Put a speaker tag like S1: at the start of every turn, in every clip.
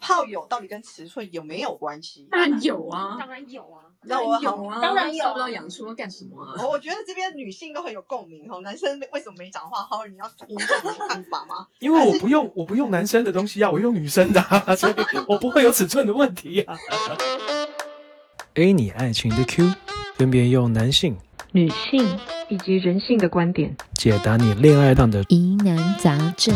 S1: 炮友到底跟尺寸有没有关系？
S2: 当然有啊，
S3: 当然有啊，
S1: 那我好
S2: 有啊，
S3: 当然有
S2: 受不了养出干什么啊？
S1: 我我觉得这边女性都很有共鸣哦，男生为什么没讲话？浩然，你要听我的看法吗？
S4: 因为我不用我不用男生的东西啊，我用女生的、啊，所以我不会有尺寸的问题啊。A 你爱情的 Q，分别用男性
S5: 女性以及人性的观点。
S4: 解答你恋爱上的
S6: 疑难杂症。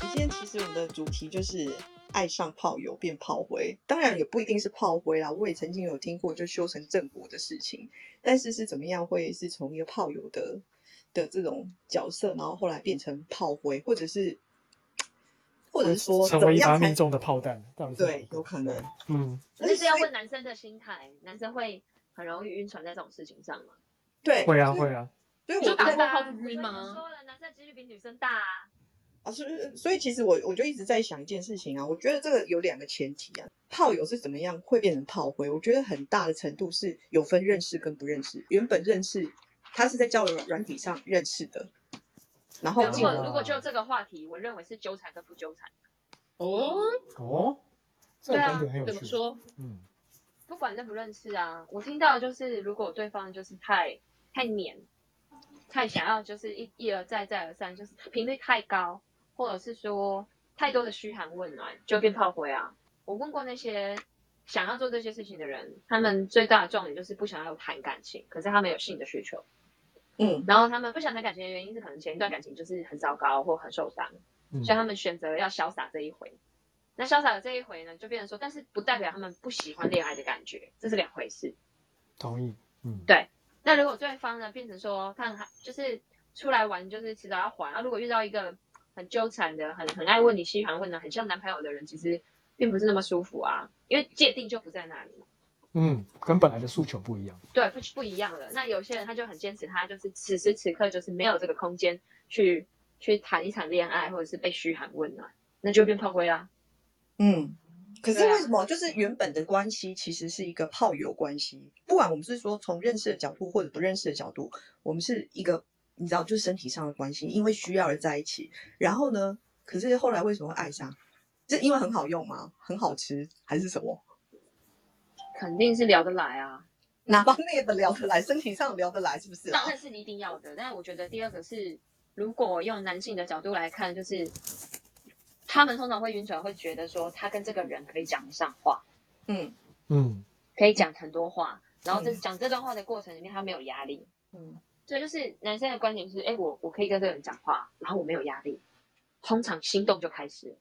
S1: 今天其实我们的主题就是爱上炮友变炮灰，当然也不一定是炮灰啦。我也曾经有听过就修成正果的事情，但是是怎么样会是从一个炮友的的这种角色，然后后来变成炮灰，或者是或者是说
S4: 成
S1: 怎么
S4: 为一发
S1: 样
S4: 命
S1: 才
S4: 中的炮弹，到底是
S1: 对有可能。
S4: 嗯，
S3: 就是要问男生的心态，男生会很容易晕船在这种事情上嘛？
S1: 对
S4: 会啊会啊，
S1: 所以
S2: 就
S1: 我
S2: 打
S1: 在
S2: 炮
S3: 我
S2: 会
S3: 们
S2: 晕
S3: 就
S2: 吗？
S3: 说了，男生几率比女生大啊。
S1: 啊，所以所以其实我我就一直在想一件事情啊，我觉得这个有两个前提啊，炮友是怎么样会变成炮灰？我觉得很大的程度是有分认识跟不认识，原本认识他是在交友软体上认识的，然后
S3: 如
S1: 进
S3: 果
S4: 啊
S3: 如果就这个话题，我认为是纠缠跟不纠缠，
S2: 哦，
S4: 哦，这
S3: 对
S4: 个
S3: 啊
S4: 观点很有
S2: 怎么
S4: 趣。
S2: 说？
S4: 嗯，
S3: 不管认不认识啊。我听到的就是，如果对方就是太太黏，太想要就是一一而再再而三，就是频率太高，或者是说太多的嘘寒问暖，就变炮灰啊。我问过那些想要做这些事情的人，他们最大的重点就是不想要谈感情，可是他们有性的需求。
S1: 嗯，
S3: 然后他们不想谈感情的原因是，可能前一段感情就是很糟糕或很受伤，
S4: 嗯
S3: 所以他们选择要潇洒这一回。那潇洒的这一回呢，就变成说，但是不代表他们不喜欢恋爱的感觉，这是两回事。
S4: 同意。嗯，
S3: 那如果对方呢变成说，他很就是出来玩，就是迟早要还。啊，如果遇到一个很纠缠的、很很爱问你嘘寒问暖、很像男朋友的人，其实并不是那么舒服啊，因为界定就不在那里嘛。
S4: 嗯，跟本来的诉求不一样。
S3: 对，不不一样了。那有些人他就很坚持，他就是此时此刻就是没有这个空间去去谈一场恋爱，或者是被嘘寒问暖，那就变炮灰啦。
S1: 嗯，可是
S3: 对啊
S1: 为什么就是原本的关系其实是一个炮友关系？不管我们是说从认识的角度或者不认识的角度，我们是一个你知道就是身体上的关系，因为需要而在一起。然后呢，可是后来为什么会爱上？是因为很好用吗？很好吃还是什么？
S3: 肯定是聊得来啊，
S1: 哪方面的聊得来？身体上聊得来是不是啊、
S3: 当然是一定要的。但是我觉得第二个是，如果用男性的角度来看，就是他们通常会晕船，会觉得说他跟这个人可以讲得上话，
S1: 嗯
S4: 嗯，
S3: 可以讲很多话，然后这
S1: 嗯
S3: 讲这段话的过程里面他没有压力。
S1: 嗯
S3: 对，就是男生的观点就是，哎，我我可以跟这个人讲话，然后我没有压力，通常心动就开始了。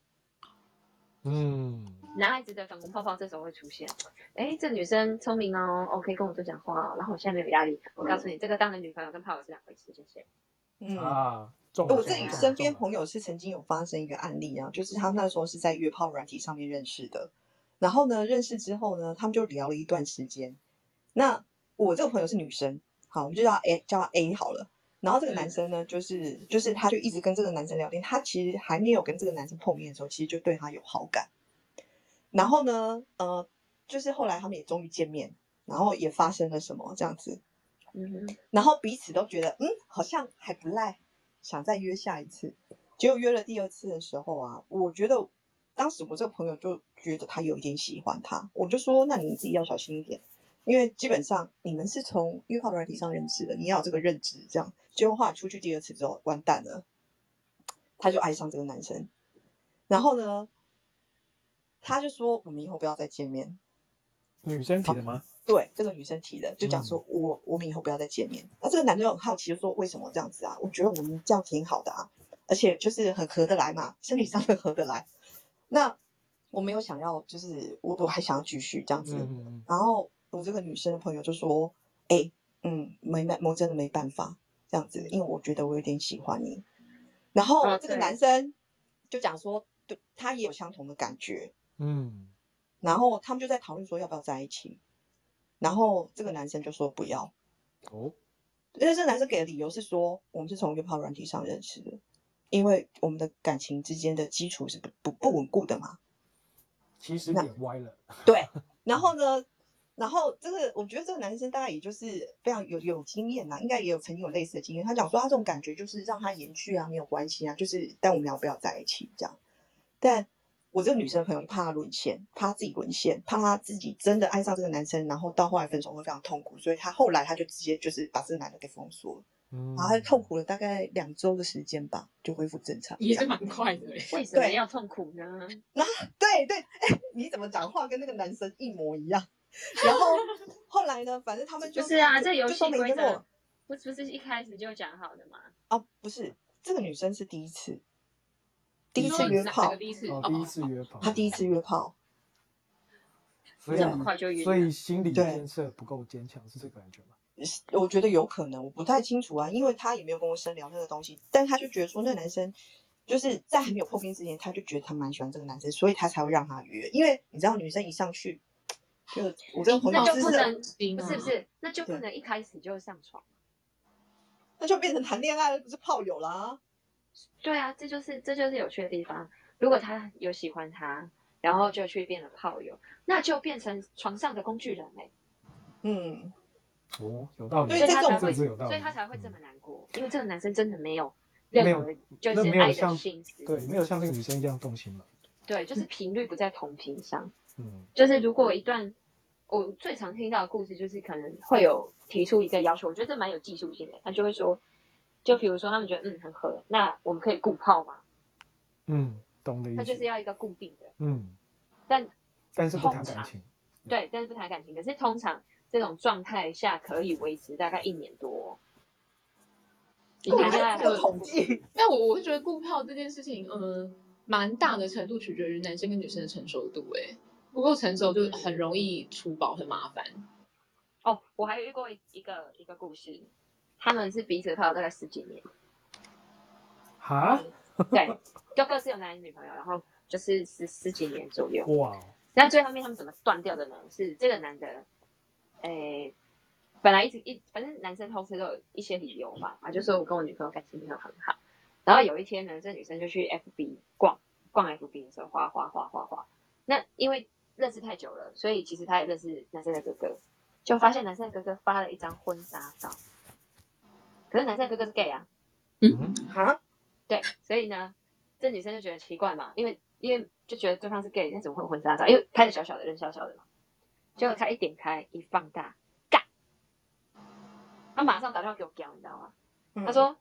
S4: 嗯，
S3: 男孩子的粉红泡泡这时候会出现，哎，这女生聪明哦，OK，跟我多讲话哦，然后我现在没有压力。我告诉你，这个当了女朋友跟炮友是两回事，谢谢。
S1: 嗯。
S4: 啊，中了
S1: 我自己
S4: 中了
S1: 身边
S4: 中了
S1: 朋友是曾经有发生一个案例啊，就是他那时候是在约炮软体上面认识的，然后呢，认识之后呢，他们就聊了一段时间。那我这个朋友是女生，好，我们就叫她 A 叫她 A 好了。然后这个男生呢，就是就是他就一直跟这个男生聊天，他其实还没有跟这个男生碰面的时候，其实就对他有好感。然后呢，呃，就是后来他们也终于见面，然后也发生了什么这样子，
S3: 嗯哼。
S1: 然后彼此都觉得，嗯，好像还不赖，想再约下一次。结果约了第二次的时候啊，我觉得当时我这个朋友就觉得他有一点喜欢他，我就说，那你自己要小心一点，因为基本上你们是从约炮软体上认识的，你要有这个认知。这样，结果后来出去第二次之后，完蛋了，他就爱上这个男生，然后呢，他就说我们以后不要再见面，
S4: 女生提的吗？
S1: 对，这个女生提的，就讲说我我们以后不要再见面。那这个男的就很好奇，就说为什么这样子啊？我觉得我们这样挺好的啊，而且就是很合得来嘛，身体上很合得来。那我没有想要，就是我我还想要继续这样子。
S4: 嗯，
S1: 然后我这个女生的朋友就说：“哎、嗯，没办，我真的没办法这样子，因为我觉得我有点喜欢你。”然后
S3: 嗯
S1: 这个
S3: 对
S1: 男生就讲说，对他也有相同的感觉，
S4: 嗯，
S1: 然后他们就在讨论说要不要在一起，然后这个男生就说不要，
S4: 哦，
S1: 因为这个男生给的理由是说我们是从约炮软体上认识的，因为我们的感情之间的基础是不不不稳固的嘛。
S4: 其实也歪了。
S2: 嗯
S1: 对，然后呢，然后这个，我觉得这个男生大概也就是非常有有经验呐、应该也有曾经有类似的经验。他讲说他这种感觉就是让他延续啊，没有关系啊，就是但我们要不要在一起这样。但我这个女生的朋友怕她沦陷，怕她自己沦陷，怕她自己真的爱上这个男生，然后到后来分手会非常痛苦，所以她后来她就直接就是把这个男的给封锁了，
S4: 嗯
S1: 然后她啊痛苦了大概两周的时间吧，就恢复正常这
S2: 也
S1: 样。
S2: 是蛮快的欸。
S3: 为什么
S1: 对
S3: 要痛苦呢？
S1: 对对，哎，你怎么讲话跟那个男生一模一样？然 后后来呢，反正他们
S3: 不
S1: 就是
S3: 啊，
S1: 就
S3: 这游
S1: 就说
S3: 戏
S1: 没
S3: 规
S1: 跟
S3: 则
S1: 我
S3: 不是不是一开始就讲好的吗？
S1: 啊，不是这个女生是第一次，第一
S2: 你
S1: 次
S2: 说
S1: 约
S2: 哪
S1: 炮
S2: 个，第一次，
S6: 哦
S2: 哦，
S6: 第一次约炮，
S1: 她第一次约炮，
S6: 所以
S1: 这么
S3: 快就晕
S6: 所以心理
S1: 对
S6: 建设不够坚强，是这个感觉吗？
S1: 我觉得有可能，我不太清楚啊，因为她也没有跟我深聊那个东西，但她就觉得说那男生。就是在还没有破冰之前，她就觉得她蛮喜欢这个男生，所以她才会让他约。因为你知道，女生一上去，就我这个朋
S3: 那
S1: 友
S3: 就
S1: 真
S3: 不
S1: 的
S3: 能，
S2: 不
S3: 不是不，是，那就
S1: 嗯
S3: 不
S1: 啊对
S3: 能一开始就上床。
S1: 那就变成谈恋爱了，不是炮友啦。
S3: 对啊，这就是这就是有趣的地方。如果他有喜欢他，然后就去变了炮友，那就变成床上的工具人嘞、
S1: 嗯，
S6: 哦，有道理，
S1: 对
S3: 所以
S1: 这
S3: 他
S1: 种
S3: 才
S6: 这
S3: 会，
S6: 是有道理，
S3: 所以他才会这么
S6: 嗯
S3: 难过，因为这个男生真的没有
S6: 没
S3: 任
S6: 有
S3: 何就
S6: 那
S3: 是
S6: 没有
S3: 爱的
S6: 像
S3: 心思，
S6: 对，没有像这个女生一样动心了，
S3: 对，就是频率不在同频上。
S6: 嗯，
S3: 就是如果一段我最常听到的故事，就是可能会有提出一个要求，我觉得这蛮有技术性的。他就会说，就比如说他们觉得嗯很合，那我们可以固炮嘛，
S6: 嗯，懂的意
S3: 那就是
S6: 思。
S3: 要一个固定的，
S6: 嗯，
S3: 但
S6: 但是不谈
S3: 通
S6: 感
S3: 常
S6: 情，
S3: 对，但是不谈感情。可是通常这种状态下可以维持大概一年多、你
S1: 我
S3: 谈恋
S1: 看
S3: 爱
S1: 这个统计，
S2: 但我我会觉得顾票这件事情，呃，蛮大的程度取决于男生跟女生的成熟度、欸，哎，不够成熟就很容易出包，很麻烦。
S3: 哦，我还遇过一一个一个故事，他们是彼此泡了大概十几年，
S6: 哈，
S3: 对，就各自有男女朋友，然后就是十十几年左右。
S6: 哇，哦
S3: 那最后面他们怎么断掉的呢？是这个男的，诶、本来一直一，反正男生同时都有一些理由嘛，啊，就说我跟我女朋友感情没有很好。然后有一天呢，这女生就去 FB 逛逛 FB 的时候，滑滑滑滑滑。那因为认识太久了，所以其实她也认识男生的哥哥，就发现男生的哥哥发了一张婚纱照。可是男生的哥哥是 gay 啊，
S6: 嗯，
S1: 哈，
S3: 对，所以呢，这女生就觉得奇怪嘛，因为因为就觉得对方是 gay，那怎么会有婚纱照？因为拍的小小的，人小小的嘛。结果她一点开一放大，干！她马上打电话给我屌，你知道吗？
S1: 嗯
S3: 她说，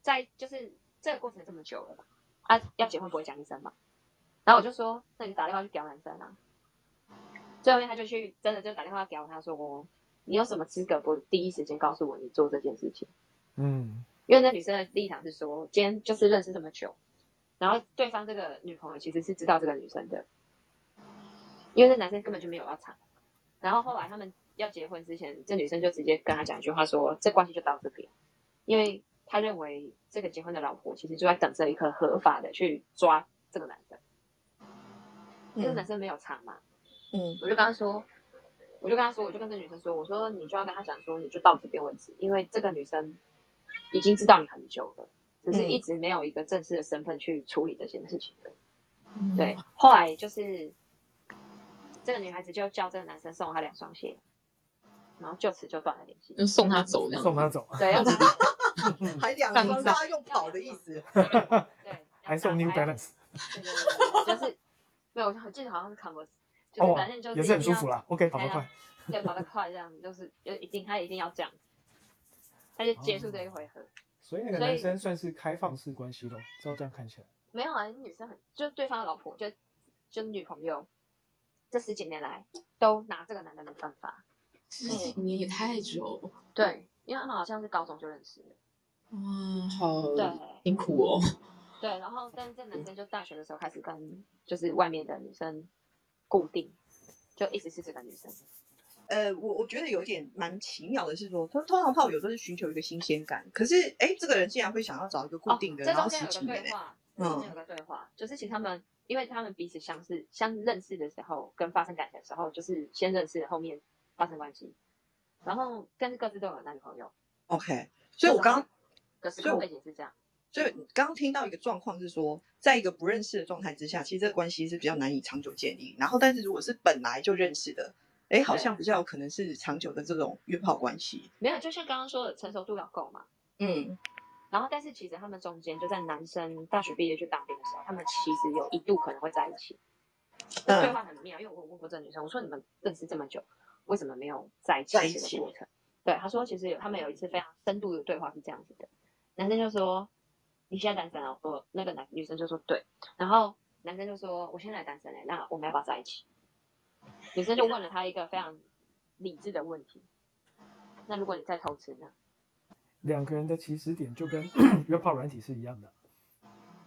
S3: 在就是这个过程这么久了吧，啊，要结婚不会讲一声嘛？然后我就说，那你就打电话去屌男生啊。最后面她就去真的就打电话屌他说，你有什么资格不第一时间告诉我你做这件事情？
S6: 嗯，
S3: 因为那女生的立场是说，今天就是认识这么久，然后对方这个女朋友其实是知道这个女生的，因为那男生根本就没有要查。然后后来他们要结婚之前，这女生就直接跟他讲一句话说，这关系就到这边，因为他认为这个结婚的老婆其实就在等这一刻合法的去抓这个男生，因为
S1: 嗯
S3: 男生没有查嘛。
S1: 嗯
S3: 我就跟他说，我就跟他说，我就跟这女生说，我说你就要跟他讲说，你就到这边为止，因为这个女生已经知道你很久了，只是一直没有一个正式的身份去处理这件事情。
S6: 嗯
S3: 对，，后来就是这个女孩子就叫这个男生送她两双鞋，然后就此就断了联系。
S6: 嗯
S2: 就送他走这样。
S6: 送他走，
S3: 对， 要不然
S1: 还两
S2: 放
S1: 双，
S2: 在
S1: 他用跑的意思。
S3: 对，
S6: 还送 New
S3: 要不然
S6: Balance，
S3: 对对对对就是没有，我记得好像是 Converse，就是
S6: 哦
S3: 反正就，是
S6: 也是很
S3: 一
S6: 舒
S3: 定要
S6: 服啦，OK，跑得
S3: 对啊
S6: 快，
S3: 对，跑得快这样子，就是就一定他一定要这样，他就结束这一回合。
S6: 所以那个
S3: 所以
S6: 男生算是开放式关系咯，照这样看起来，
S3: 没有啊，女生很就对方的老婆就就女朋友，这十几年来都拿这个男的没办法。
S2: 十几年也太久，
S3: 对，因为他们好像是高中就认识的。
S2: 嗯，好
S3: 对
S2: 辛苦哦。
S3: 对，然后但是这男生就大学的时候开始跟就是外面的女生固定，就一直是这个女生。
S1: 呃，我我觉得有点蛮奇妙的是说，通通常炮友都是寻求一个新鲜感，可是哎，诶这个人竟然会想要找一个固定的，
S3: 哦、这
S1: 然
S3: 中
S1: 后
S3: 间
S1: 十
S3: 有
S1: 几
S3: 个
S1: 年
S3: 对
S1: 欸，
S3: 话，这中间有个对话，就是其实他们，因为他们彼此相识、相认识的时候，跟发生感情的时候，就是先认识，后面发生关系，然后但是各自都有男女朋友，
S1: OK。所以我刚刚，
S3: 可是
S1: 所以我
S3: 背景是这样，
S1: 所以刚刚听到一个状况是说，在一个不认识的状态之下，其实这个关系是比较难以长久建立。然后，但是如果是本来就认识的，哎，好像比较有可能是长久的这种约炮关系。
S3: 没有，就像刚刚说的成熟度要够嘛。
S1: 嗯，
S3: 然后，但是其实他们中间就在男生大学毕业去当兵的时候，他们其实有一度可能会在一起。这对
S1: 嗯，
S3: 话很妙，因为我问过这个女生，我说你们认识这么久，为什么没有在一起
S1: 在一
S3: 这
S1: 起
S3: 个过程？对，她说其实有他们有一次非常深度的对话是这样子的，男生就说你现在单身啊，我那个男女生就说对，然后男生就说我现在单身哎、那我们要不要在一起？女生就问了他一个非常理智的问题，那如果你再偷吃呢？
S6: 两个人的起始点就跟 约炮软体是一样的，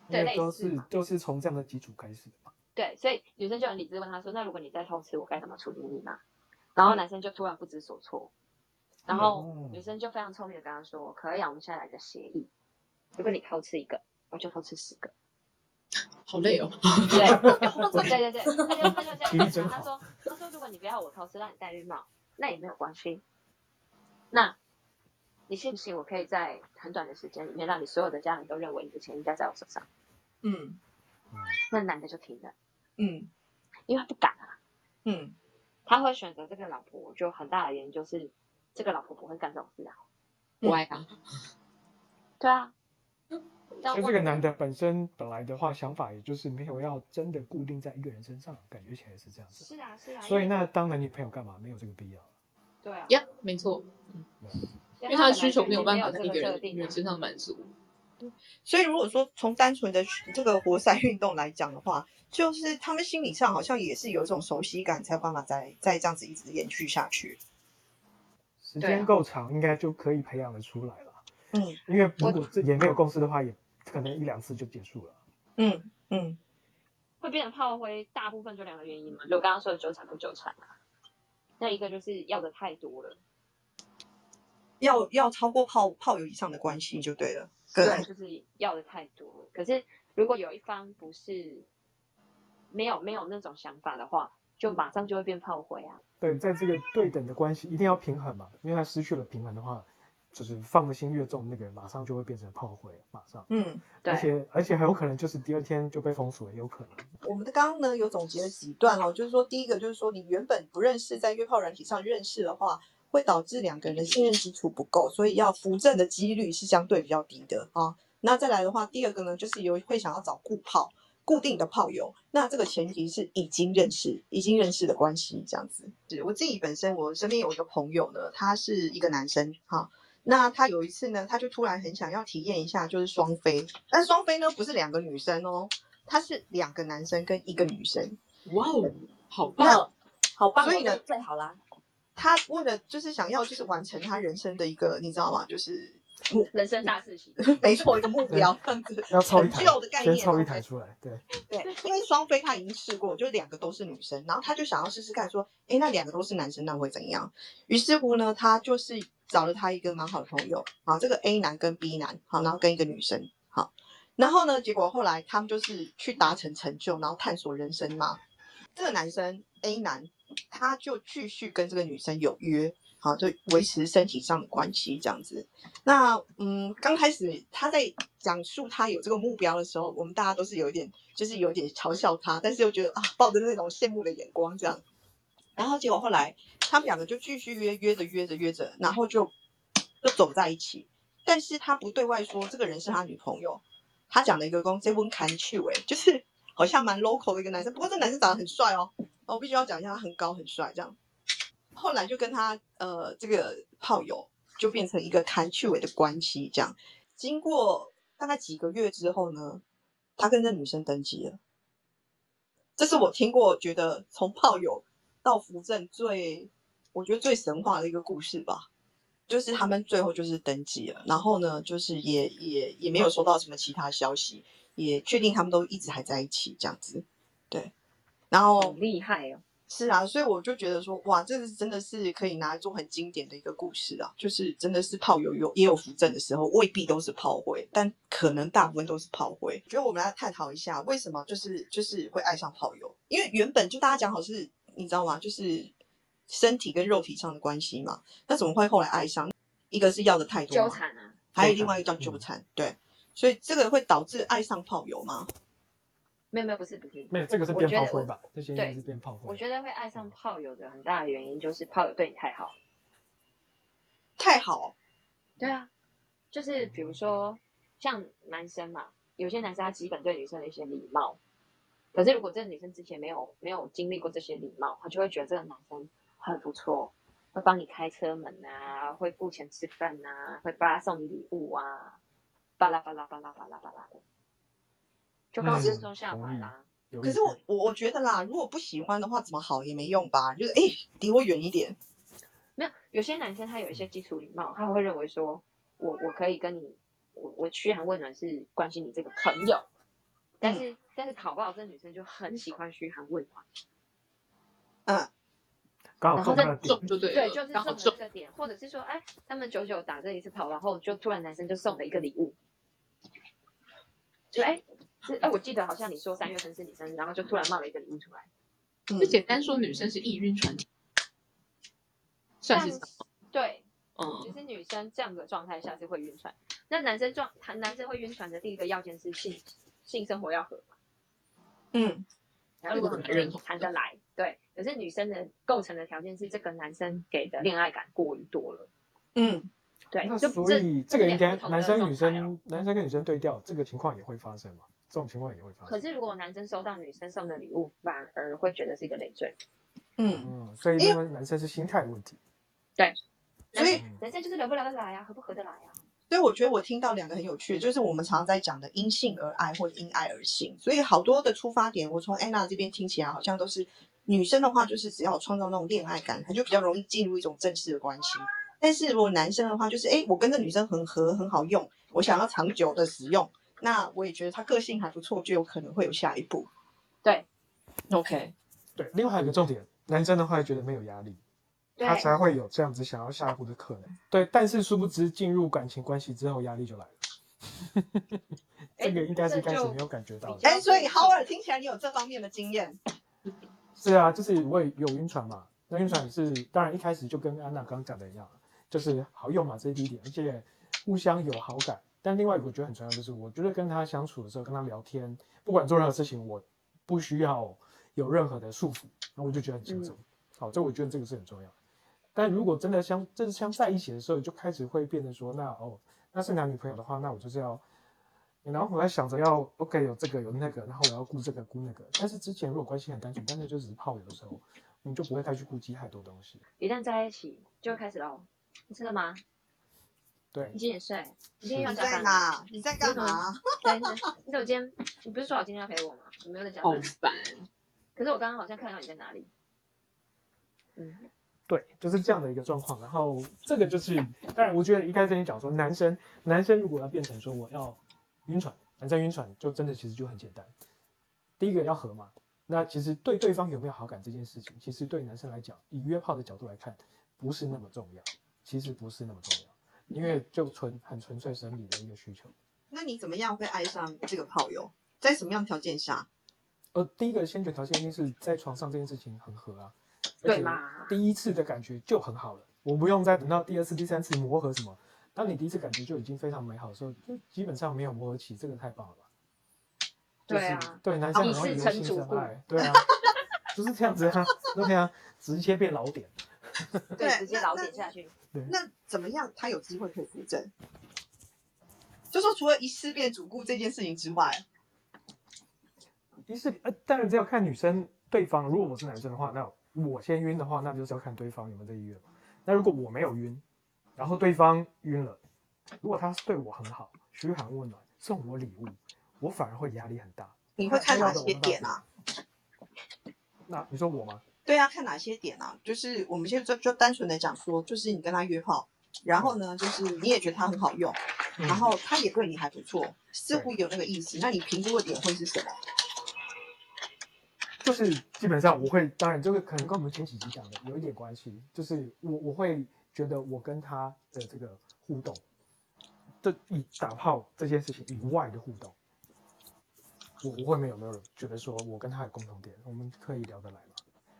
S6: 因
S3: 对
S6: 为都
S3: 类似
S6: 是
S3: 嘛
S6: 都是从这样的基础开始的嘛。
S3: 对，所以女生就很理智问他说：“那如果你再偷吃，我该怎么处理你呢？”然后男生就突然不知所措，然后
S6: 哦
S3: 女生就非常聪明的跟他说：“可以啊，我们现在来个协议，如果你偷吃一个，我就偷吃十个。
S2: 好累哦。”
S3: 对，对对对，他就他就这
S6: 体力
S3: 样
S6: 真
S3: 讲，
S6: 好
S3: 他说：“他说如果你不要我偷吃，让你戴绿帽，那也没有关系。那你信不信我可以在很短的时间里面让你所有的家人都认为你的钱应该在我手上
S1: 嗯，？”
S3: 那男的就停了，
S1: 嗯，
S3: 因为他不敢啊。
S1: 嗯，
S3: 他会选择这个老婆，我觉得很大的原因就是这个老婆不会干这种事啊。
S1: 嗯
S2: 歪 啊，
S3: 对啊，但
S6: 就
S3: 我
S6: 这个男的本身本来的话想法，也就是没有要真的固定在一个人身上，感觉起来是这样子。
S3: 是啊是啊，
S6: 所以
S3: 因为
S6: 那当男女朋友干嘛？没有这个必要。
S3: 对啊，
S2: 呀、没错，
S3: 因
S2: 因为他的需求
S3: 没
S2: 没有办法在
S3: 这
S2: 一个
S3: 设
S2: 人
S3: 定啊
S2: 人身上满足。
S1: 所以如果说从单纯的这个活塞运动来讲的话，就是他们心理上好像也是有一种熟悉感，才有办法再再这样子一直延续下去。
S6: 时
S3: 对啊
S6: 间够长，应该就可以培养得出来了。
S1: 嗯
S6: 因为如果这也没有共识的话，也可能一两次就结束了。
S1: 嗯嗯
S3: 会变成炮灰，大部分就两个原因嘛，就我刚刚说的纠缠不纠缠啊。那一个就是要的太多了，
S1: 要要超过炮炮友以上的关系就对了。
S3: 对，
S1: 跟
S3: 就是要的太多了。可是如果有一方不是没有没有那种想法的话，就马上就会变炮灰啊。
S6: 对，在这个对等的关系一定要平衡嘛，因为他失去了平衡的话，就是放的心越重，那个人马上就会变成炮灰，马上，
S1: 嗯，
S3: 对
S6: 而，且而且很有可能就是第二天就被封锁，也有可能。
S1: 我们刚刚呢有总结了几段哦，就是说第一个就是说你原本不认识，在约炮软体上认识的话，会导致两个人的信任基础不够，所以要扶正的几率是相对比较低的啊。那再来的话，第二个呢就是有会想要找固炮。固定的炮友，那这个前提是已经认识、已经认识的关系这样子。是我自己本身，我身边有一个朋友呢，他是一个男生哈、那他有一次呢，他就突然很想要体验一下，就是双飞，但是双飞呢不是两个女生哦，他是两个男生跟一个女生，
S2: 哇哦，好棒！
S1: 好
S7: 棒哦
S1: 所以呢
S7: 这，最好啦。
S1: 他为了就是想要就是完成他人生的一个，你知道吗？就是目，
S3: 人生大事情。
S1: 没错，一个目标这样子，
S6: 要凑一
S1: 成
S6: 台
S1: 就的概，
S6: 先
S1: 念，哦
S6: 凑一台出来，对，
S1: 对，因为双飞他已经试过，就两个都是女生，然后他就想要试试看，说，诶，那两个都是男生，那会怎样？于是乎呢，他就是找了他一个蛮好的朋友，好，这个 A 男跟 B 男，好，然后跟一个女生，好，然后呢，结果后来他们就是去达成成就，然后探索人生嘛。这个男生 A 男，他就继续跟这个女生有约，好，就维持身体上的关系这样子。那嗯，刚开始他在讲述他有这个目标的时候，我们大家都是有一点，就是有点嘲笑他，但是又觉得啊，抱着那种羡慕的眼光这样。然后结果后来他们两个就继续约，约着约着约着，然后就就走在一起。但是他不对外说这个人是他女朋友，他讲了一个公这温砍趣味， 就是好像蛮 local 的一个男生。不过这男生长得很帅哦，哦我必须要讲一下，他很高很帅这样。后来就跟他呃这个炮友就变成一个谈趣味的关系这样。经过大概几个月之后呢，他跟这女生登基了。这是我听过觉得从炮友到扶正最，我觉得最神话的一个故事吧。就是他们最后就是登记了，然后呢，就是也也也没有收到什么其他消息，也确定他们都一直还在一起这样子，对。然后
S3: 好厉害哦！
S1: 是啊，所以我就觉得说，哇，这个真的是可以拿来做很经典的一个故事啊，就是真的是炮友有也有扶正的时候，未必都是炮灰，但可能大部分都是炮灰。觉得我们来探讨一下，为什么就是就是会爱上炮友？因为原本就大家讲好是，你知道吗？就是身体跟肉体上的关系嘛，那怎么会后来爱上？一个是要的太多
S3: 纠
S1: 嘛，
S3: 缠啊，
S1: 还有另外一个叫
S6: 嗯
S1: 纠缠，对，所以这个会导致爱上炮友吗？
S3: 没有没有，不是不是，
S6: 没有，这个是
S3: 我
S6: 变
S3: 觉
S6: 炮
S3: 得
S6: 灰
S3: 我
S6: 吧？这些应该
S3: 对
S6: 是变炮灰。
S3: 我觉得会爱上炮友的很大的原因就是炮友对你太好了。
S1: 太好，
S3: 对啊，就是比如说像男生嘛，有些男生他基本对女生的一些礼貌，可是如果这个女生之前没有没有经历过这些礼貌，她就会觉得这个男生很不错，会帮你开车门啊，会付钱吃饭啊，会帮他送你礼物啊，巴拉巴拉巴拉巴拉巴拉的，就跟我
S6: 嗯
S3: 之前说相
S6: 同
S3: 反
S6: 意
S3: 啦、
S6: 有
S1: 可
S6: 意
S1: 是我
S6: 思
S1: 我我觉得啦，如果不喜欢的话，怎么好也没用吧？就是哎，离我远一点。
S3: 没有，有些男生他有一
S2: 嗯
S3: 些基础礼貌，他会认为说，我我可以跟你，我我嘘寒问暖是关心你这个朋友，
S2: 嗯
S3: 但是、但是考不好这女生就很喜欢嘘寒问暖，
S1: 嗯，
S6: 刚好
S3: 然
S6: 中
S3: 后
S6: 他
S3: 再
S6: 的点
S2: 中，就对了，
S3: 对，就
S2: 然
S3: 是中
S2: 后
S3: 了
S2: 中
S3: 这个点，或者是说，哎，他们久久打这一次炮，然后就突然男生就送了一个礼物，就哎。是哎，我记得好像你说三月份是你生日，然后就突然冒了一个礼物出来。
S1: 嗯
S2: 就简单说，女生是易晕船，算是
S3: 但对，其
S2: 嗯，
S3: 实女生这样的状态下是会晕船。那男生状，他男生会晕船的第一个要件是性性生活要合。
S1: 嗯，
S3: 然
S2: 这
S3: 后如
S2: 个
S3: 果
S2: 很
S3: 很
S2: 认
S3: 认
S2: 同
S3: 谈得来，对。可是女生的构成的条件是这个男生给的恋爱感过于多了，
S1: 嗯，
S3: 对
S6: 那，
S3: 就
S6: 所以这个应该男生女。
S3: 这两不同的状态哦
S6: 生男生跟女生对调，这个情况也会发生嘛？这种情况也会发
S3: 可
S6: 生。
S3: 是如果男生收到女生送的礼物，反而会觉得是一个累赘。
S1: 嗯，
S6: 嗯，所以
S1: 因为
S6: 那个男生是心态问题。
S1: 所以
S6: 嗯
S3: 男生就是聊不聊得来啊，合不合得来啊。
S1: 所以我觉得我听到两个很有趣，就是我们常在讲的因性而爱或者因爱而性，所以好多的出发点，我从安娜这边听起来好像都是女生的话，就是只要创造那种恋爱感，她就比较容易进入一种正式的关系。但是如果男生的话，就是诶，我跟这女生很合，很好用，我想要长久的使用，那我也觉得她个性还不错，就有可能会有下一步。
S3: 对
S1: ，OK，
S6: 对，另外还有一个重点，男生的话觉得没有压力，
S3: 对
S6: 他才会有这样子想要下一步的可能。对，但是殊不知进入感情关系之后，压力就来了。这个应该是一开始没有感觉到的。
S3: 哎
S1: 诶，所以 Howard 听起来你有这方面的经验，
S6: 是啊，就是我也有晕船嘛。那晕船也是，当然一开始就跟安娜刚刚讲的一样，就是好用嘛，这是第一点，而且互相有好感。但另外一个我觉得很重要就是，我觉得跟他相处的时候，跟他聊天，不管做任何事情，我不需要有任何的束缚，然后我就觉得很轻松。好，这我觉得这个是很重要。但如果真的相真的相在一起的时候，就开始会变成说，那哦，那是男女朋友的话，那我就是要，然后我在想着要 OK 有这个有那个，然后我要顾这个顾那个。但是之前如果关系很单纯，但是就只是炮友的时候，你就不会再去顾及太多东西。
S3: 一旦在一起就会开始喽。你吃了吗？
S6: 对
S3: 你，几点睡？你今天
S1: 你
S3: 要嗯加
S1: 在
S3: 班？
S1: 哪？你在干嘛？
S3: 对？ 对你怎么今天？你不是说好今天要陪我吗？你没有在加
S2: 好
S3: 班。
S2: 烦。
S3: 可是我刚刚好像看到你在哪里。嗯，
S6: 对，就是这样的一个状况。然后这个就是，当然我觉得一开始跟你讲说，男生男生如果要变成说我要晕船，男生晕船就真的其实就很简单。第一个要合嘛，那其实对对方有没有好感这件事情，其实对男生来讲，以约炮的角度来看，不是那么重要，其实不是那么重要，因为就纯很纯粹生理的一个需求。
S1: 那你怎么样会爱上这个炮友？在什么样的条件下？
S6: 呃，第一个先决条件一定是在床上这件事情很合啊，而
S3: 对
S6: 且
S3: 嘛
S6: 第一次的感觉就很好了，我不用再等到第二次、第三次磨合什么。当你第一次感觉就已经非常美好的时候，就基本上没有磨合期，这个太棒了吧？就是、
S3: 对啊，
S6: 对男生很
S3: 一
S6: 容易
S3: 次
S6: 由
S3: 成
S6: 心
S3: 主
S6: 生
S3: 顾
S6: 爱，对啊， 就是这样子啊， 对啊，直接变老点。
S3: 对，直接
S1: 那
S3: 老
S1: 那
S3: 点下去。
S1: 那怎么样他有机会可以扶正？就说除了一次变主顾这件事情之外，
S6: 一是呃，当然这要看女生对方。如果我是男生的话，那我先晕的话，那就是要看对方有没有这意愿嘛。那如果我没有晕，然后对方晕了，如果他对我很好，嘘寒问暖，送我礼物，我反而会压力很大。
S1: 你会看哪些点啊？
S6: 那你说我吗？
S1: 对啊，看哪些点啊？就是我们现在就就单纯的讲说，就是你跟他约炮，然后呢，就是你也觉得他很好用，
S6: 嗯
S1: 然后他也对你还不错，似乎有那个意思。那你评估的点会是什么？
S6: 就是基本上我会，当然这个可能跟我们前几集讲的有一点关系，就是我我会觉得我跟他的这个互动，这以打炮这件事情以外的互动，我我会没有没有觉得说我跟他有共同点，我们可以聊得来嘛？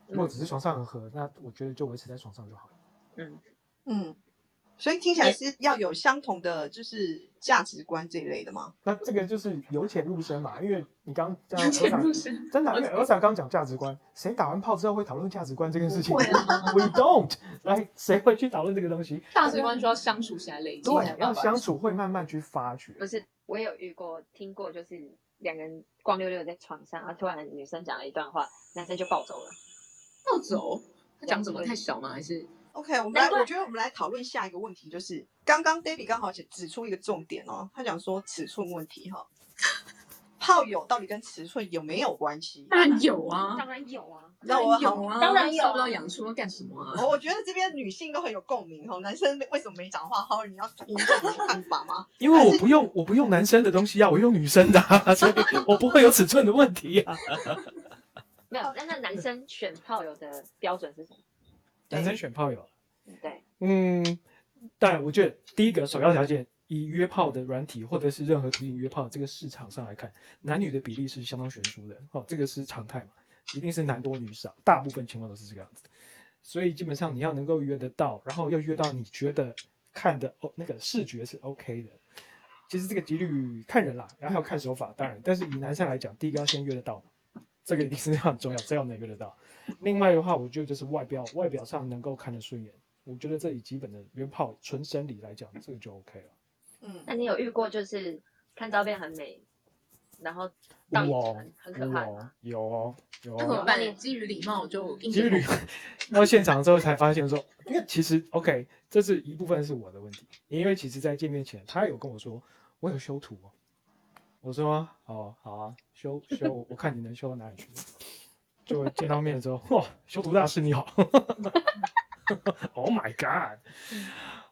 S6: 如果只是床上很合，那我觉得就维持在床上就好了。
S3: 嗯，
S1: 嗯，所以听起来是要有相同的就是价值观这一类的吗？
S6: 那这个就是由浅入深嘛，因为你刚刚
S2: 有
S6: 讲
S2: 钱
S6: 到
S2: 入深，
S6: 真的，啊因为尔嫂刚讲价值观，谁打完炮之后会讨论价值观这件事情
S2: 不会啊
S6: ？We don't，来，谁会去讨论这个东西？
S2: 价值观需要相处起来累积才
S6: 对，
S2: 办
S6: 要相
S2: 法。
S6: 处会慢慢去发掘。
S3: 不是，我也有遇过，听过就是两个人光溜溜在床上，然后突然女生讲了一段话，男生就暴走了。
S2: 暴走，他讲什么太小吗？还是
S1: OK，我们来，
S3: 难怪
S1: 我觉得我们来讨论下一个问题，就是刚刚 David 刚好指出一个重点哦，他讲说尺寸问题哈，炮友到底跟尺寸有没有关系？
S2: 当然有啊，
S3: 当然有啊，
S1: 那哦我好
S2: 有啊，
S3: 当然有
S2: 受不了养出要干什么啊？
S1: 我我觉得这边女性都很有共鸣哦，男生为什么没讲话？浩然，你要听一下你的看法 吗？
S4: 因为我不用我不用男生的东西啊，我用女生的、啊，所以我不会有尺寸的问题啊。
S3: 没
S1: 哦
S3: 有。那那男生选炮友的标准是什么？
S6: 男生选炮友，
S3: 对，
S6: 嗯，当然，我觉得第一个首要条件，以约炮的软体或者是任何途径约炮这个市场上来看，男女的比例是相当悬殊的，哦，这个是常态嘛，一定是男多女少，大部分情况都是这个样子。所以基本上你要能够约得到，然后要约到你觉得看的哦那个视觉是 OK 的。其实这个几率看人啦，然后还有看手法，当然，但是以男生来讲，第一个要先约得到，这个一定是很重要，这要能约得到。另外的话，我觉得就是外表，外表上能够看得顺眼，我觉得这以基本的约炮纯生理来讲，这个就 OK 了。
S1: 嗯，
S3: 那你有遇过就是看照片很美，然后到
S6: 有
S3: 底
S6: 哦
S3: 很，很可
S6: 有
S3: 怕的
S6: 哦
S3: 吗？，
S6: 有哦，有
S2: 那怎么
S6: 哦。
S2: 办？基于礼貌，我就硬
S6: 其实旅
S2: 着头
S6: 到现场之后才发现说，因为其实 OK，这是一部分是我的问题，因为其实在见面前他有跟我说我有修图、哦，我说哦好啊，修修我，我看你能修到哪里去。就见到面之后，哇，修图大师你好 ，Oh my god，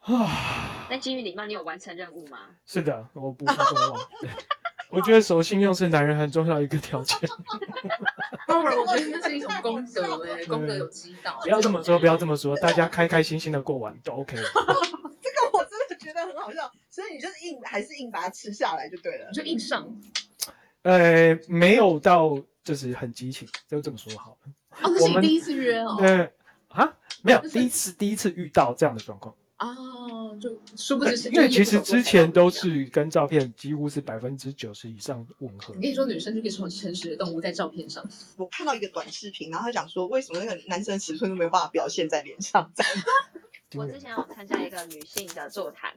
S6: 啊。
S3: 嗯那基于礼貌，你有完成任务吗？
S6: 是的，我不负众望。对我觉得守信用是男人很重要一个条件。
S2: 当然，我觉得这是一种功德哎，功德有积到。
S6: 不要这么说，不要这么说，大家开开心心的过完都 OK 了。
S1: 这个我真的觉得很好笑，所以你就是硬还是硬把它吃下来就对了
S2: 你。就硬上
S6: 呃，没有到就是很激情，就这么说好了。
S2: 哦，这是
S6: 我
S2: 你
S6: 们
S2: 第一次约哦
S6: 呃，啊，没有，
S2: 就是
S6: 第一次第一次遇到这样的状况，
S2: 啊，就殊不
S6: 对
S2: 知是
S6: 因为
S2: 就
S6: 其
S2: 是
S6: 实之前都是跟照片几乎是百分之九十以上吻合
S2: 你。可以说女生就可以成诚实的动物在照片上，
S1: 我看到一个短视频，然后他讲说为什么那个男生尺寸都没有办法表现在脸上，这样
S6: 对
S3: 我之前有参加一个女性的座谈，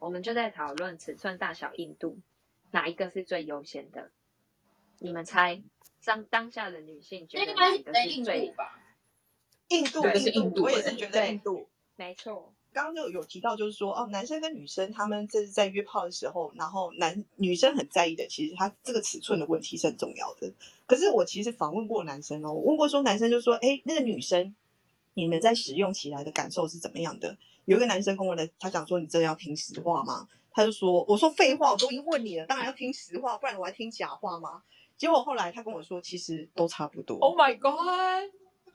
S3: 我们就在讨论尺寸大小硬度，哪一个是最优先的？你们猜，当当下的女性觉得哪一个是最？
S2: 吧？
S1: 印度
S2: 对是印度
S1: 我也
S2: 欸
S1: 是觉得印度。
S3: 没错，
S1: 刚刚就有提到，就是说哦，男生跟女生他们这是在约炮的时候，然后男女生很在意的，其实他这个尺寸的问题是很重要的。可是我其实访问过男生哦，我问过说男生就说，哎，那个女生你们在使用起来的感受是怎么样的？有一个男生跟我的，他讲说你真的要听实话吗？他就说，我说废话，我都已经问你了，当然要听实话，不然我还听假话吗？结果后来他跟我说，其实都差不多。
S2: my god！
S6: 嗯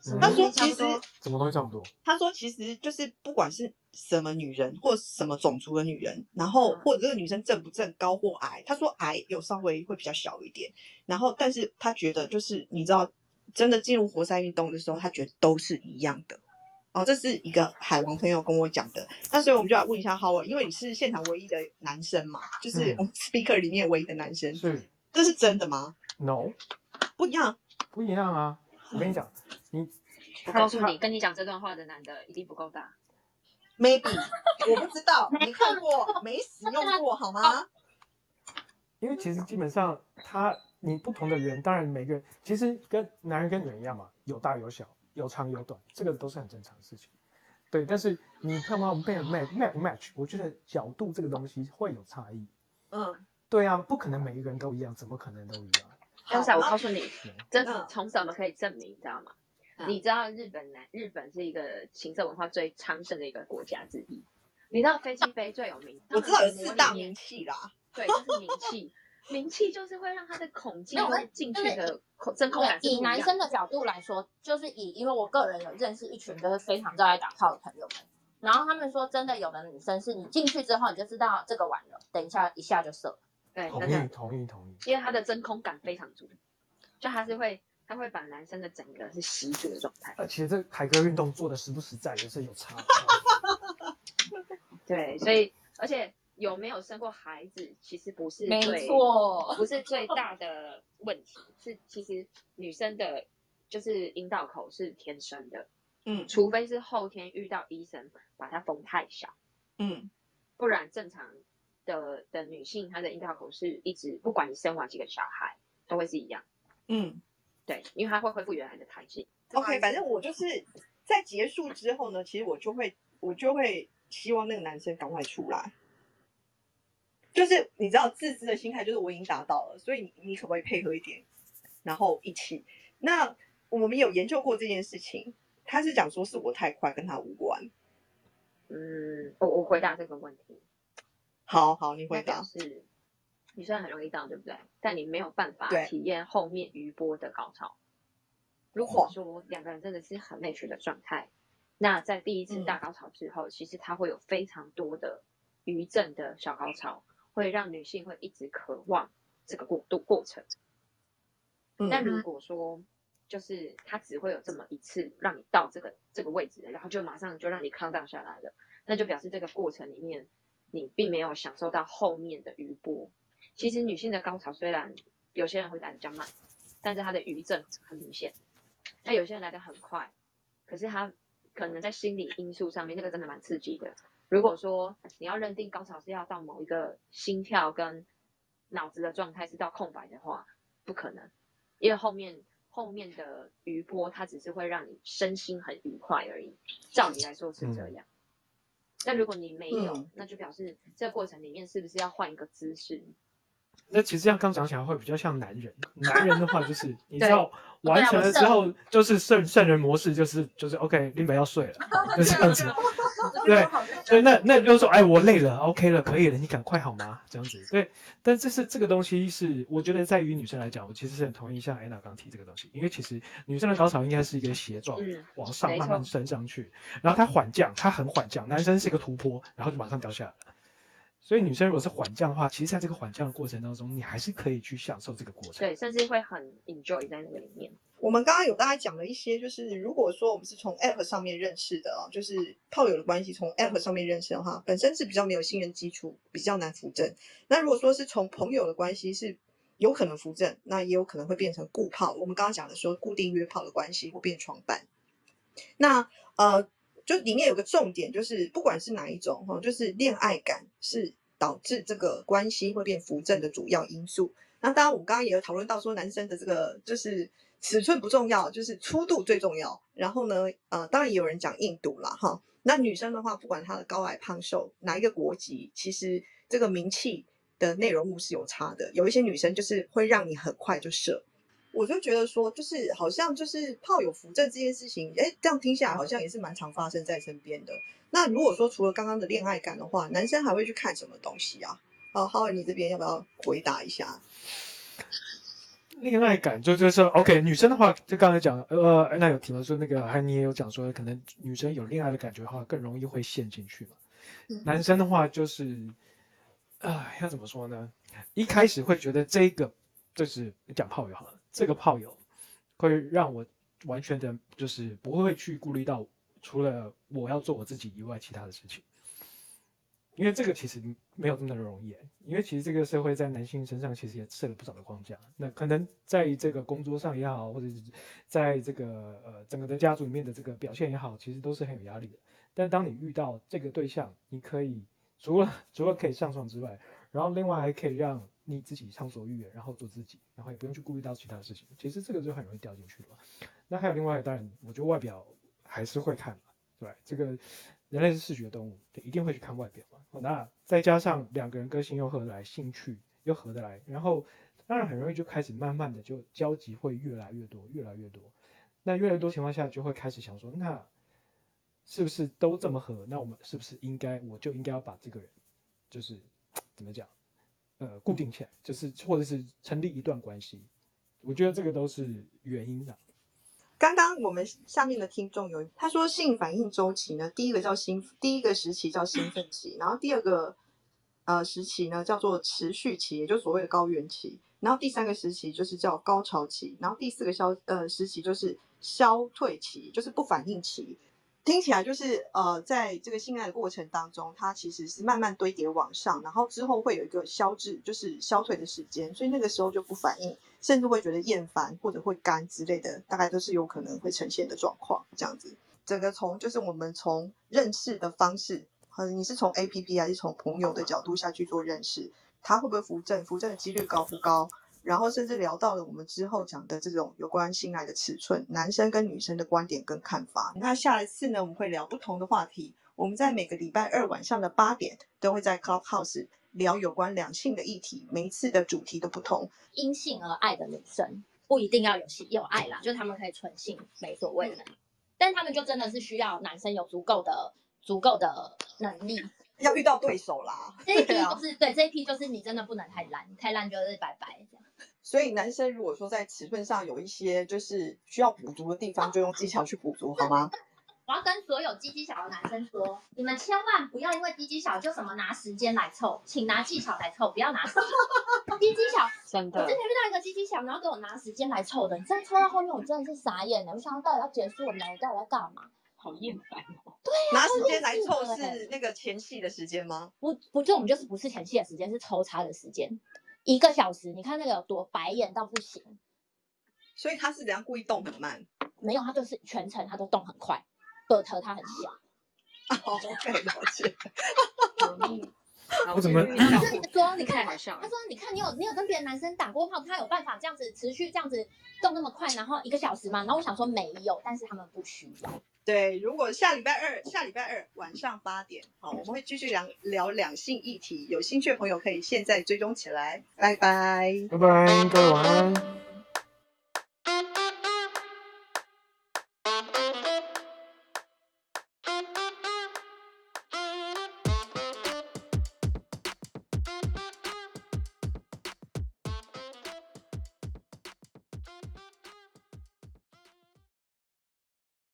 S1: Oh 他说其实
S6: 什么东西差不多？
S1: 他说，其实就是不管是什么女人或什么种族的女人，然后
S3: 嗯
S1: 或者这个女生正不正、高或矮，他说矮有稍微会比较小一点，然后但是他觉得就是你知道，真的进入活塞运动的时候，他觉得都是一样的。哦，这是一个海王朋友跟我讲的，那所以我们就来问一下 Howard，因为你是现场唯一的男生嘛，就是
S6: 嗯
S1: 我们 speaker 里面唯一的男生，
S6: 是
S1: 这是真的吗？
S6: No，
S1: 不一样，
S6: 不一样啊！我跟你讲，你
S3: 我告诉你，跟你讲这段话的男的一定不够大。
S1: maybe 我不知道，没看过，哦没使用过，好吗？
S6: 因为其实基本上他你不同的人，当然每个人其实跟男人跟女人一样嘛，有大有小，有长有短，这个都是很正常的事情。对，但是你看到 match match match 不 match，我觉得角度这个东西会有差异。
S1: 嗯，
S6: 对啊，不可能每一个人都一样，怎么可能都一样？
S3: 刚才我告诉你，这
S1: 嗯
S3: 从什么可以证明，你知道吗？
S1: 嗯
S3: 你知道日本男日本是一个情色文化最昌盛的一个国家之一。你知道飞机杯最有名，
S1: 我知道有
S3: 他们
S1: 四
S3: 的
S1: 大
S3: 模拟面
S1: 名气啦，
S3: 对，就是名气，名气就是会让他的孔径
S7: 那我
S3: 跟进去的孔真空感
S7: 对，
S3: 是
S7: 以
S3: 不一样
S7: 男生的角度来说，就是以因为我个人有认识一群就是非常热爱打炮的朋友们，然后他们说真的，有的女生是你进去之后你就知道这个完了，等一下一下就射了。
S3: 对，
S6: 同
S3: 真
S6: 意，
S3: 的，
S6: 同意，同意。
S3: 因为他的真空感非常足，就他是会他会把男生的整个是吸住的状态。
S6: 而且这凯歌运动做的实不实在也是有差。
S3: 对，所以而且有没有生过孩子，其实不是
S7: 没
S3: 最，
S7: 错，
S3: 不是最大的问题，是其实女生的，就是阴道口是天生的，
S1: 嗯
S3: 除非是后天遇到医生把它缝太小，
S1: 嗯
S3: 不然正常的的女性她的阴道口是一直，不管你生完几个小孩，都会是一样，
S1: 嗯
S3: 对，因为它会恢复原来的弹性。
S1: ，OK，反正我就是在结束之后呢，其实我就会我就会希望那个男生赶快出来。就是你知道自私的心态，就是我已经达到了，所以你你可不可以配合一点，然后一起？那我们有研究过这件事情，他是讲说是我太快，跟他无关。
S3: 嗯，我我回答这个问题，
S1: 好好，你回
S3: 那表
S1: 答。
S3: 示女生很容易到，对不对？但你没有办法
S1: 对
S3: 体验后面余波的高潮。如果说两个人真的是很 match 的状态，那在第一次
S1: 嗯
S3: 大高潮之后，其实它会有非常多的余震的小高潮，会让女性会一直渴望这个过渡过程。那
S1: 嗯
S3: 如果说就是它只会有这么一次让你到这个这个位置的，然后就马上就让你 count down 下来了，那就表示这个过程里面你并没有享受到后面的余波。其实女性的高潮虽然有些人会来得比较慢，但是她的余震很明显。那有些人来得很快，可是她可能在心理因素上面，那个真的蛮刺激的。如果说你要认定高潮是要到某一个心跳跟脑子的状态是到空白的话，不可能，因为后面后面的余波它只是会让你身心很愉快而已。照理来说是这
S6: 嗯
S3: 样。那如果你没有，
S1: 嗯
S3: 那就表示这个过程里面是不是要换一个姿势？
S6: 那其实这样刚讲起来会比较像男人，男人的话就是你知
S3: 对
S6: 道完成了
S7: 我
S6: 之后就是圣圣人模式，就是就是 OK，林北要睡了，就这样子。对对，那那就是说，哎，我累了，OK 了，可以了，你赶快好吗？这样子，对。但这是这个东西是，我觉得在于女生来讲，我其实是很同意像 Anna 刚提这个东西，因为其实女生的高潮应该是一个斜状
S3: 嗯，
S6: 往上
S3: 没
S6: 慢慢
S3: 错
S6: 升上去，然后它缓降，它很缓降，男生是一个突破，然后就马上掉下来了。所以女生如果是缓降的话，其实在这个缓降的过程当中，你还是可以去享受这个过程。
S3: 对，甚至会很 enjoy 在那个里面。
S1: 我们刚刚有大概讲了一些，就是如果说我们是从 App 上面认识的哦，就是炮友的关系从 App 上面认识的话，本身是比较没有信任基础，比较难扶正。那如果说是从朋友的关系是有可能扶正，那也有可能会变成固炮。我们刚刚讲的说固定约炮的关系或变床伴。那呃，就里面有个重点，就是不管是哪一种哈、哦，就是恋爱感是导致这个关系会变扶正的主要因素。那当然，我们刚刚也有讨论到说，男生的这个就是尺寸不重要，就是粗度最重要。然后呢，呃，当然也有人讲硬度啦，哈。那女生的话，不管她的高矮胖瘦，哪一个国籍，其实这个名气的内容物是有差的。有一些女生就是会让你很快就射。我就觉得说，就是好像就是炮友扶正这件事情，哎，这样听下来好像也是蛮常发生在身边的。那如果说除了刚刚的恋爱感的话，男生还会去看什么东西啊？好，浩文，你这边要不要回答一下？
S6: 恋爱感就就是说 OK，女生的话，就刚才讲，呃，Anna 有提到说那个，还有你也有讲说，可能女生有恋爱的感觉的话，更容易会陷进去嘛。男生的话就是，啊、要怎么说呢？一开始会觉得这个就是讲炮友好了，这个炮友会让我完全的，就是不会去顾虑到除了我要做我自己以外其他的事情，因为这个其实没有这么的容易，因为其实这个社会在男性身上其实也设了不少的框架，那可能在这个工作上也好，或者是在这个呃整个的家族里面的这个表现也好，其实都是很有压力的。但当你遇到这个对象，你可以除了除了可以上床之外，然后另外还可以让你自己畅所欲言，然后做自己，然后也不用去顾虑到其他的事情。其实这个就很容易掉进去了嘛。那还有另外，当然，我觉得外表还是会看嘛，对吧这个人类是视觉动物，对一定会去看外表嘛。那再加上两个人个性又合得来，兴趣又合得来，然后当然很容易就开始慢慢的就交集会越来越多，越来越多。那越来越多情况下，就会开始想说，那是不是都这么合？那我们是不是应该，我就应该要把这个人，就是怎么讲，呃，固定起来，就是或者是成立一段关系。我觉得这个都是原因啊的。
S1: 刚刚我们下面的听众有他说性反应周期呢，第一个叫兴，第一个时期叫兴奋期，然后第二个呃时期呢叫做持续期，也就是所谓的高原期，然后第三个时期就是叫高潮期，然后第四个消呃时期就是消退期，就是不反应期。听起来就是呃，在这个性爱的过程当中，它其实是慢慢堆叠往上，然后之后会有一个消滞，就是消退的时间，所以那个时候就不反应，甚至会觉得厌烦或者会干之类的，大概都是有可能会呈现的状况。这样子，整个从就是我们从认识的方式，呃，你是从 A P P 还是从朋友的角度下去做认识，它会不会扶正，扶正的几率高不高？然后甚至聊到了我们之后讲的这种有关性爱的尺寸，男生跟女生的观点跟看法。那下一次呢，我们会聊不同的话题。我们在每个礼拜二晚上的八点都会在 Clubhouse 聊有关两性的议题，每一次的主题都不同。
S7: 因性而爱的女生，不一定要有性有爱啦，就是她们可以纯性没所谓的，
S3: 嗯
S7: 但她们就真的是需要男生有足够的足够的能力。
S1: 要遇到对手啦，
S7: 这一 批
S1: 对啊
S7: 就是对这一批就是你真的不能太烂，太烂就是拜拜这样。
S1: 所以男生如果说在尺寸上有一些就是需要补足的地方，就用技巧去补足，好吗？
S7: 我要跟所有鸡鸡小的男生说，你们千万不要因为鸡鸡小就什么拿时间来凑，请拿技巧来凑，不要拿时间鸡鸡小。
S3: 真
S7: 我
S3: 的
S7: 之前遇到一个鸡鸡小，然后给我拿时间来凑的，你真的凑到后面我真的是傻眼了，我想说到底要结束了没？我到底要干嘛？
S3: 好厌烦哦。
S1: 拿时间来凑
S7: 对啊
S1: 是那个前戏的时间吗？
S7: 不不就我们就是不是前戏的时间，是抽插的时间，一个小时，你看那个有多白眼到不行。
S1: 所以他是怎样故意动很 慢
S7: 没有，他就是全程他都动很快，but 他很小。
S1: 哦？OK，了解。
S3: 有意
S6: 我怎么
S7: 然后就一 直说，你看
S3: 太好
S7: 他，
S3: 笑
S7: 他
S3: 了
S7: 说，你看你有你有跟别的男生打过炮，他有办法这样子持续这样子动那么快，然后一个小时嘛？然后我想说没有，但是他们不需要。
S1: 对，如果下礼拜二，下礼拜二晚上八点，好，我们会继续聊聊两性议题，有兴趣的朋友可以现在追踪起来。拜拜。
S6: 拜拜，各位晚安。